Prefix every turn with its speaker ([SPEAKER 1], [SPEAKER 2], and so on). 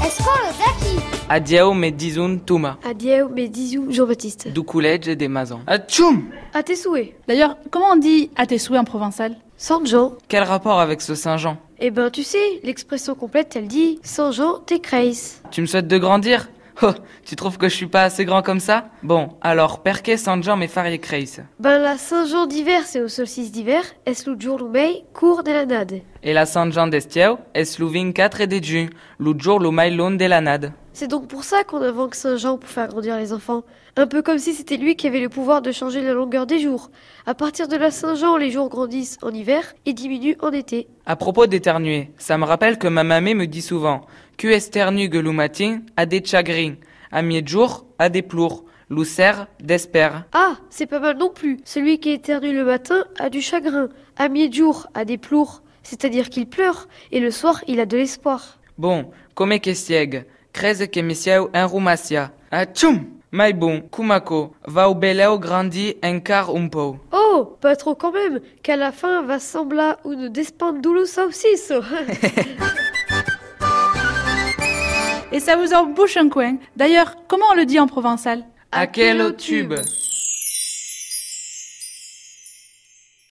[SPEAKER 1] Zaki.
[SPEAKER 2] Adiao Medizoun Touma.
[SPEAKER 3] Adieu, mes bisous, Jean-Baptiste.
[SPEAKER 2] Du collège des Mazans. Atchoum
[SPEAKER 3] À tes souhaits.
[SPEAKER 4] D'ailleurs, comment on dit à tes souhaits en provençal
[SPEAKER 3] San Jean.
[SPEAKER 2] Quel rapport avec ce Saint-Jean
[SPEAKER 3] Eh ben, tu sais, l'expression complète, elle dit San Jean, t'es craze.
[SPEAKER 2] Tu me souhaites de grandir Oh, tu trouves que je suis pas assez grand comme ça Bon, alors, perqué Saint-Jean mais farie Creis.
[SPEAKER 3] Ben, la San Jean d'hiver, c'est au solstice d'hiver. Es lo jour lumei, cours de la nade.
[SPEAKER 2] Et la Saint-Jean d'Estieu est louvin 4 et des jus, l'oudjour l'oumailon de la nade.
[SPEAKER 3] C'est donc pour ça qu'on invente Saint Jean pour faire grandir les enfants. Un peu comme si c'était lui qui avait le pouvoir de changer la longueur des jours. À partir de la Saint Jean, les jours grandissent en hiver et diminuent en été.
[SPEAKER 2] À propos d'éternuer, ça me rappelle que ma mamé me dit souvent « Que esternugue l'oumatin a des chagrins, à miedjour a des plours, l'ousser d'espère
[SPEAKER 3] Ah, c'est pas mal non plus. Celui qui éternue le matin a du chagrin, à mi-jour a des plours, c'est-à-dire qu'il pleure, et le soir il a de l'espoir. ».
[SPEAKER 2] Bon, comme que sieg, creze que misieu en rumacia. Atchoum Mais Ah, bon, kumako, va au beleu grandi encar un peu.
[SPEAKER 3] Oh, pas trop quand même, qu'à la fin va sembla une despandulu saucisso.
[SPEAKER 4] Et ça vous embouche un coin. D'ailleurs, comment on le dit en provençal
[SPEAKER 2] À quel tube